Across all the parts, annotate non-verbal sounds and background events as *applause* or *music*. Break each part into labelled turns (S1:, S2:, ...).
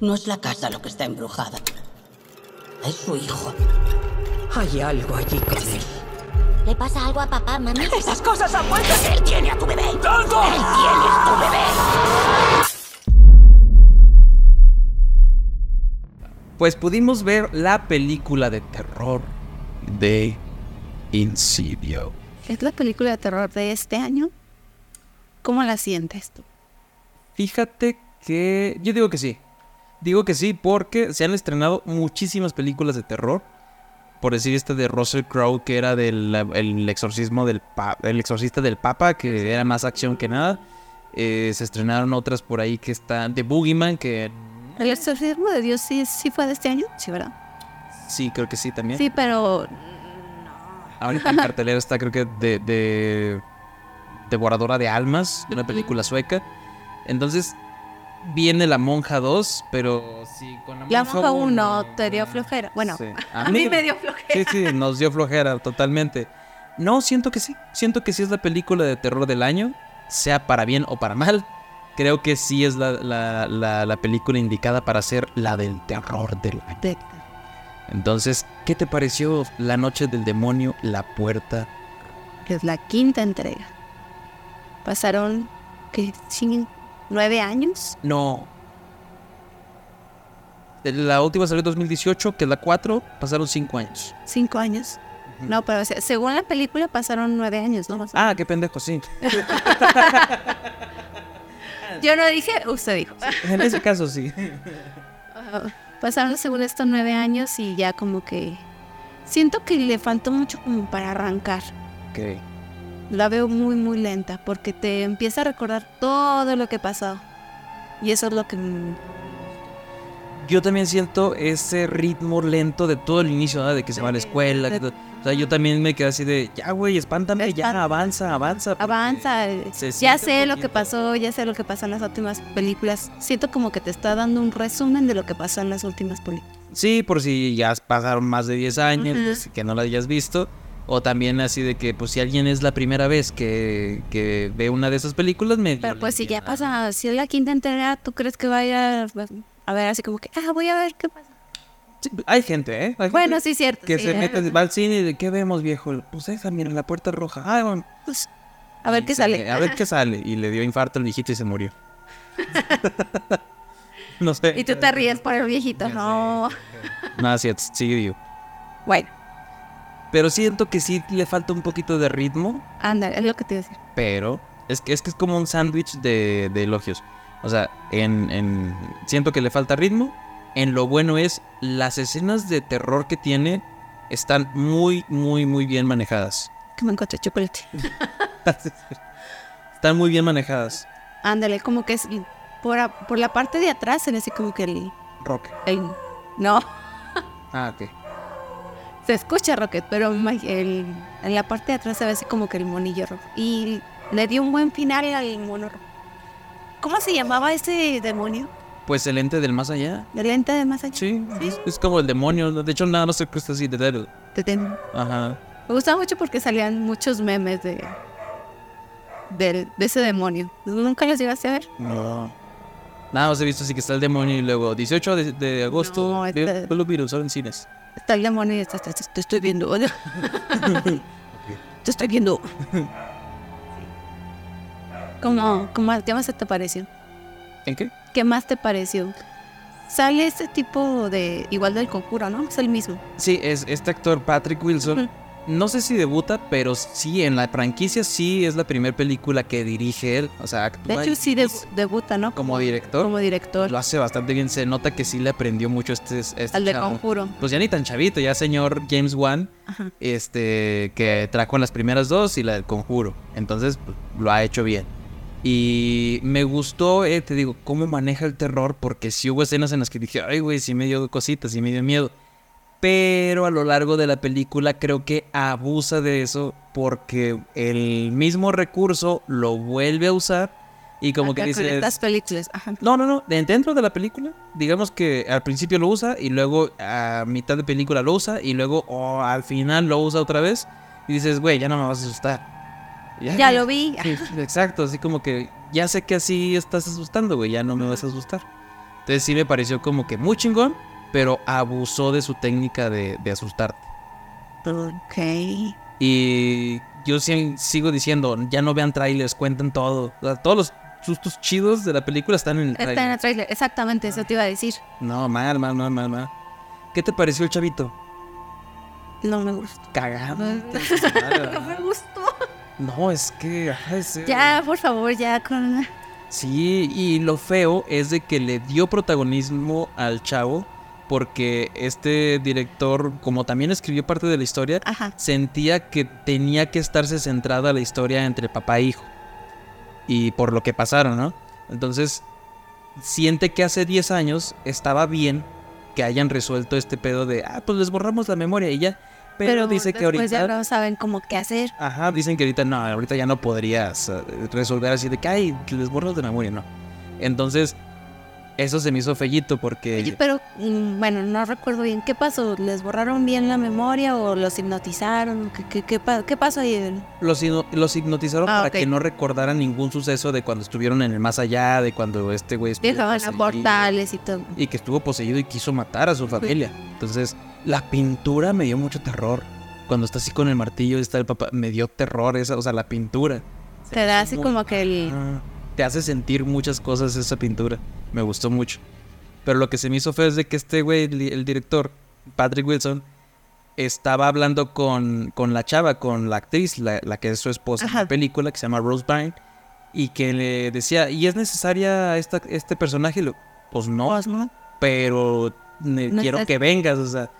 S1: No es la casa lo que está embrujada. Es su hijo.
S2: Hay algo allí con él.
S3: ¿Le pasa algo a papá, mami?
S4: ¡Esas cosas han vuelto!
S1: Él tiene a tu bebé.
S4: ¡Tonto!
S1: Él tiene a tu bebé.
S5: Pues pudimos ver la película de terror de Insidio.
S6: Es la película de terror de este año. ¿Cómo la sientes tú?
S5: Fíjate que. Yo digo que sí. Digo que sí porque se han estrenado muchísimas películas de terror. Por decir esta de Russell Crowe, que era del el exorcismo del pa- el exorcista del Papa, que era más acción que nada. Eh, se estrenaron otras por ahí que están. De Boogeyman, que
S6: El exorcismo de Dios sí, sí fue de este año, sí, ¿verdad?
S5: sí, creo que sí también.
S6: Sí, pero
S5: Ahorita en cartelera está, creo que, de, de Devoradora de Almas, una película sueca. Entonces, viene La Monja 2, pero sí, con La Monja
S6: la monja
S5: uno,
S6: 1 te dio flojera. Bueno,
S5: sí.
S6: a mí me dio flojera.
S5: Sí, sí, nos dio flojera totalmente. No, siento que sí. Siento que sí es la película de terror del año, sea para bien o para mal. Creo que sí es la, la- la- la película indicada para ser la del terror del año. Entonces, ¿qué te pareció La Noche del Demonio, La Puerta
S6: que es la quinta entrega. Pasaron, ¿qué? Cin- ¿Nueve años?
S5: No. La última salió en 2018, que es la 4, pasaron 5 años.
S6: ¿Cinco años? No, pero o sea, según la película pasaron nueve años, ¿no?
S5: Ah, qué pendejo, *laughs* sí.
S6: Yo no dije, usted dijo.
S5: En ese caso sí.
S6: Pasaron según estos nueve años y ya como que... Siento que le faltó mucho como para arrancar.
S5: Ok.
S6: La veo muy, muy lenta porque te empieza a recordar todo lo que pasó. Y eso es lo que... mm,
S5: Yo también siento ese ritmo lento de todo el inicio, ¿no? De que se va a la escuela. que todo- O sea, yo también me quedé así de, ya, güey, espántame, ya, avanza, avanza. porque-
S6: Avanza, eh,
S5: se siente
S6: ya sé
S5: un
S6: lo que
S5: poquito-
S6: pasó, ya sé lo que pasó en las últimas películas. Siento como que te está dando un resumen de lo que pasó en las últimas películas.
S5: Sí, por si ya pasaron más de 10 años,
S6: Ujú.
S5: pues, que no la hayas visto. O también así de que, pues, si alguien es la primera vez que, que ve una de esas películas, me...
S6: Pero pues si ya pasa, si es la quinta entrega, ah, ¿tú crees que vaya a ver así como que, ah, voy a ver qué pasa?
S5: Sí, hay gente, ¿eh? Hay
S6: Bueno,
S5: gente
S6: sí, cierto.
S5: Que
S6: sí.
S5: se mete, va al cine y de, ¿qué vemos, viejo? Pues esa, mira, la puerta roja. Ah, bueno.
S6: Pues, a ver
S5: Y
S6: qué
S5: se- *laughs*
S6: sale.
S5: A ver qué sale. Y le dio infarto al viejito y se murió. *laughs* no sé.
S6: Y tú te ríes por el viejito,
S5: Ya
S6: no.
S5: Nada, sí, sigue vivo.
S6: Bueno,
S5: Pero siento que sí le falta un poquito de ritmo,
S6: anda, es lo que te iba a decir.
S5: pero es que es, que es como un sándwich de, de elogios. O sea, en, en- siento que le falta ritmo. En lo bueno es, las escenas de terror que tiene están muy, muy, muy bien manejadas.
S6: Que me encontré chocolate.
S5: Están muy bien manejadas.
S6: Ándale, como que es por, a- por la parte de atrás, en así como que el,
S5: Rock.
S6: el- No, *laughs*
S5: Ah, ok.
S6: se escucha Rocket, pero ma- el- en la parte de atrás se ve así como que el monillo rojo. Y le dio un buen final al mono rojo. ¿Cómo se llamaba ese demonio?
S5: Pues el ente del más allá.
S6: ¿De lente de más allá?
S5: Sí, Es, es como el demonio. ¿no? De hecho, nada más se cuesta así de Devil.
S6: Te- te- Me
S5: Ajá.
S6: gustaba mucho porque salían muchos memes de, del- de ese demonio. Nunca los llegaste a ver.
S5: No. Nada más he visto así que está el demonio y luego 18 de, de agosto.
S6: No,
S5: ve-
S6: este-
S5: ve los virus, solo en cines.
S6: Está el demonio y está, está- está- te estoy viendo. *laughs* te estoy viendo. ¿Cómo, cómo, ¿Qué más te pareció?
S5: ¿En qué?
S6: ¿Qué más te pareció? Sale este tipo de. Igual del conjuro, ¿no? Es el mismo.
S5: Sí, es este actor Patrick Wilson.
S6: Ujú.
S5: No sé si debuta, pero sí, en la franquicia sí es la primera película que dirige él. O sea,
S6: De
S5: actúa
S6: hecho,
S5: y-
S6: sí debu- debuta, ¿no?
S5: como director.
S6: Como director.
S5: Lo hace bastante bien. Se nota que sí le aprendió mucho este, este
S6: al de
S5: chavo.
S6: conjuro.
S5: pues ya ni tan chavito, ya señor James Wan,
S6: Ajá.
S5: este, que trajo en las primeras dos y la del conjuro. Entonces, pues, lo ha hecho bien. Y me gustó, eh, te digo, cómo maneja el terror, porque sí hubo escenas en las que dije, ay, güey, sí me dio cositas, sí me dio miedo. Pero a lo largo de la película creo que abusa de eso, porque el mismo recurso lo vuelve a usar y como
S6: Acá
S5: que
S6: con
S5: dice...
S6: Estas películas. Ajá.
S5: No, no, no. de- Dentro de la película, digamos que al principio lo usa y luego a mitad de película lo usa y luego oh, al final lo usa otra vez y dices, güey, ya no me vas a asustar.
S6: Ya lo vi.
S5: Sí, exacto, así como que ya sé que así estás asustando, güey, ya no me vas a asustar. Entonces sí me pareció como que muy chingón, pero abusó de su técnica de, de asustarte.
S6: Ah, Ok.
S5: Y yo sí- sigo diciendo, ya no vean trailers, cuenten todo. O sea, todos los sustos chidos de la película están en el
S6: Está
S5: trailer.
S6: en el trailer. Exactamente, eso te iba a decir.
S5: No, mal, mal, mal, mal, mal. ¿Qué te pareció el chavito?
S6: No me gustó.
S5: Cagado.
S6: No me gustó.
S5: No, es que... ay, ese-
S6: Ya, por favor, ya con.
S5: Sí, y lo feo es de que le dio protagonismo al chavo porque este director, como también escribió parte de la historia,
S6: Ajá.
S5: sentía que tenía que estarse centrada la historia entre papá e hijo. Y por lo que pasaron, ¿no? Entonces, siente que hace 10 años estaba bien que hayan resuelto este pedo de, ah, pues les borramos la memoria y ya. Pero, dice que ahorita...
S6: Pues ya no saben cómo qué hacer.
S5: Ajá, dicen que ahorita no, ahorita ya no podrías eh, resolver así de que, ay, que les borras de memoria, no. Entonces, eso se me hizo fellito porque...
S6: Oye, pero mm, bueno, no recuerdo bien qué pasó. ¿Les borraron bien la memoria o los hipnotizaron? ¿Qué, qué, qué, pa- qué pasó ahí?
S5: Los, hipno- los hipnotizaron
S6: Ah,
S5: para
S6: ok.
S5: que no recordaran ningún suceso de cuando estuvieron en el más allá, de cuando este güey estuvo
S6: Dejaban a
S5: poseído,
S6: portales y todo.
S5: Y que estuvo poseído y quiso matar a su familia. Entonces, la pintura me dio mucho terror. Cuando está así con el martillo, está el papá, me dio terror esa, o sea, la pintura.
S6: Te da así como que el.
S5: Ah, Te hace sentir muchas cosas esa pintura. Me gustó mucho. Pero lo que se me hizo feo es de que este güey, el, el director, Patrick Wilson, estaba hablando con, con la chava, con la actriz, la, la que es su esposa en la
S6: Ajá.
S5: película, que se llama Rose Byrne, y que le decía, ¿y es necesaria esta, este personaje? Y lo, pues no,
S6: Osmo.
S5: pero ne-
S6: No
S5: quiero
S6: estás-
S5: que vengas, o sea,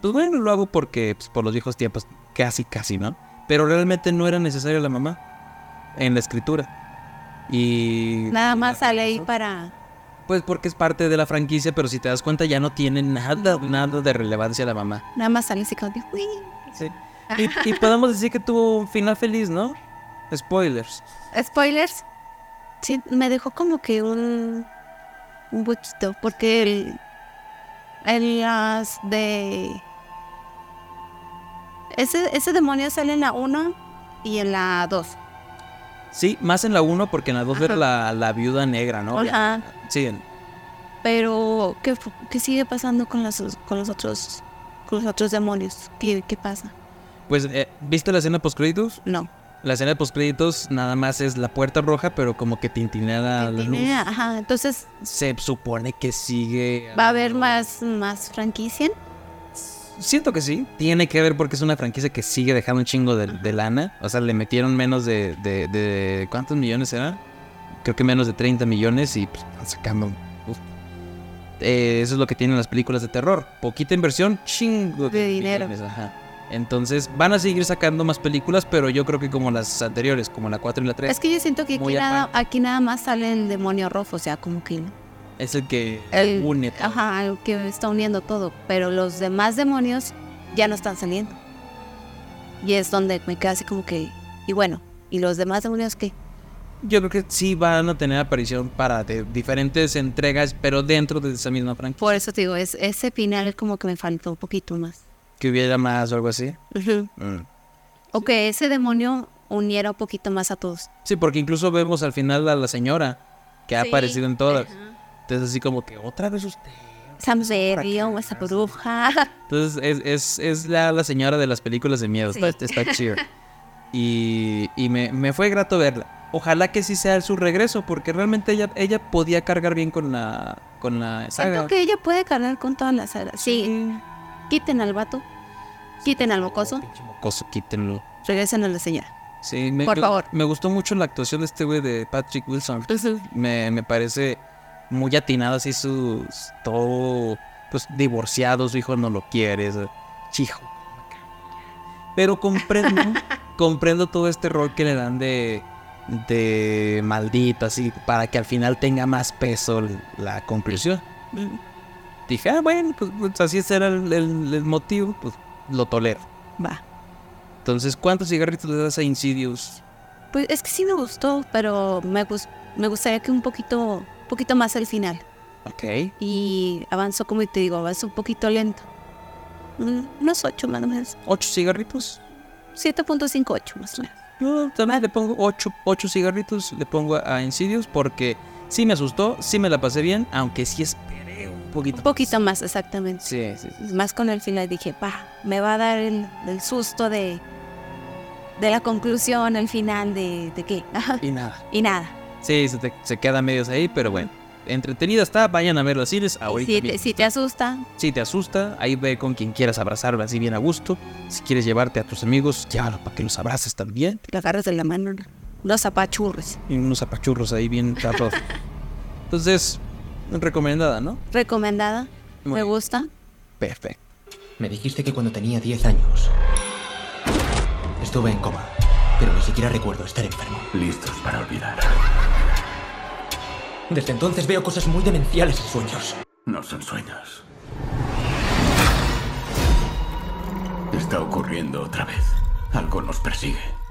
S5: pues bueno, lo hago porque pues, por los viejos tiempos, casi, casi, ¿no? Pero realmente no era necesaria la mamá en la escritura. Y
S6: Nada más sale ahí para.
S5: pues porque es parte de la franquicia, pero si te das cuenta ya no tiene nada, nada de relevancia la mamá.
S6: Nada más sale así como que. "Uy". Ah.
S5: Y, y podemos decir que tuvo un final feliz, ¿no? Spoilers.
S6: Spoilers. Sí, me dejó como que un. Un huequito. Porque el. En las de. Ese, ese demonio sale en la 1 y en la 2.
S5: Sí, más en la 1 porque en la 2 era
S6: Ajá.
S5: la, la viuda negra, ¿no?
S6: Ajá.
S5: Sí, en-
S6: Pero, ¿qué, fu- qué sigue pasando con los, con los otros con los otros demonios? ¿Qué, qué pasa?
S5: pues, eh, ¿viste la escena post-créditos?
S6: No.
S5: La escena de postcréditos nada más es la puerta roja, pero como que tintinea la Ah, luz.
S6: Tiene- Ajá, entonces,
S5: Se supone que sigue.
S6: ¿va a haber más, más franquicia?
S5: Siento que sí. Tiene que ver porque es una franquicia que sigue dejando un chingo de, de lana. O sea, le metieron menos de, de- de- ¿Cuántos millones eran? Creo que menos de 30 millones y pues, están sacando. uf. Eh, eso es lo que tienen las películas de terror. Poquita inversión, chingo
S6: De dinero.
S5: millones, ajá. Entonces van a seguir sacando más películas, pero yo creo que como las anteriores, como la 4 y la 3,
S6: Es que yo siento que aquí
S5: muy
S6: nada, aquí nada más sale el demonio rojo, o sea, como que...
S5: es el que
S6: El-
S5: une. todo.
S6: Ajá, el que está uniendo todo, pero los demás demonios ya no están saliendo. Y es donde me queda así como que... Y bueno, ¿y los demás demonios qué?
S5: Yo creo que sí van a tener aparición para de diferentes entregas, pero dentro de esa misma franquicia.
S6: Por eso te digo, es, ese final como que me faltó un poquito más.
S5: Que hubiera más o algo así.
S6: Ujú. O que ese demonio uniera un poquito más a todos.
S5: Sí, porque incluso vemos al final a la señora que ha
S6: Sí,
S5: aparecido en todas. Entonces, así como que otra vez usted.
S6: Sam o esa bruja. *laughs*
S5: Entonces, es, es, es la, la señora de las películas de miedo.
S6: Sí.
S5: Está,
S6: *laughs*
S5: está chido. Y, y me, me fue grato verla. Ojalá que sí sea su regreso, porque realmente ella, ella podía cargar bien con la, con la saga.
S6: Siento que ella puede cargar con todas las alas. Sí. Quiten al vato. Quiten al mocoso.
S5: Pinche mocoso, quítenlo.
S6: Regresen a la señora.
S5: Sí, me,
S6: Por
S5: me-
S6: favor.
S5: Me gustó mucho la actuación de este güey de Patrick Wilson. Me, me parece muy atinado así su su- todo pues divorciado, su hijo no lo quiere, ese chijo. Pero
S6: *laughs*
S5: comprendo, comprendo todo este rol que le dan de de maldito así para que al final tenga más peso l- la conclusión. Dije, ah, bueno, pues, pues, así ese era el, el- el motivo, pues lo tolero.
S6: Va.
S5: Entonces, ¿cuántos cigarritos le das a Insidious?
S6: Pues es que sí me gustó, pero me, gus- me gustaría que un poquito, poquito más el final.
S5: Ok.
S6: Y avanzó, como te digo, avanzó un poquito lento. Mm, Unos 8 más o menos.
S5: ¿Ocho cigarritos?
S6: 7.58 más o menos.
S5: Yo también le pongo ocho, ocho cigarritos, le pongo a Insidious porque Sí me asustó, sí me la pasé bien, aunque sí esperé un poquito.
S6: Un poquito más, exactamente.
S5: Sí, sí, sí.
S6: Más con el final dije, pa, me va a dar el, el susto de, de la conclusión, el final de, de qué. *laughs* Ajá.
S5: Y nada.
S6: Y nada.
S5: Sí, se, te- se queda medios ahí, pero bueno. Entretenida está, vayan a ver las series Ah, ahorita.
S6: Si
S5: mismo.
S6: te, si te asusta,
S5: Si te asusta, ahí ve con quien quieras abrazarlo así bien a gusto. Si quieres llevarte a tus amigos, llévalo para que los abraces también.
S6: lo agarras de la mano, los apachurres.
S5: Y unos apachurros ahí bien tapados. Entonces, recomendada, ¿no?
S6: Recomendada,
S5: Muy
S6: me
S5: bien.
S6: gusta.
S5: Perfecto.
S4: Me dijiste que cuando tenía 10 años estuve en coma, pero ni siquiera recuerdo estar enfermo.
S7: Listos para olvidar.
S4: Desde entonces veo cosas muy demenciales en sueños.
S7: No son sueños. Está ocurriendo otra vez. Algo nos persigue.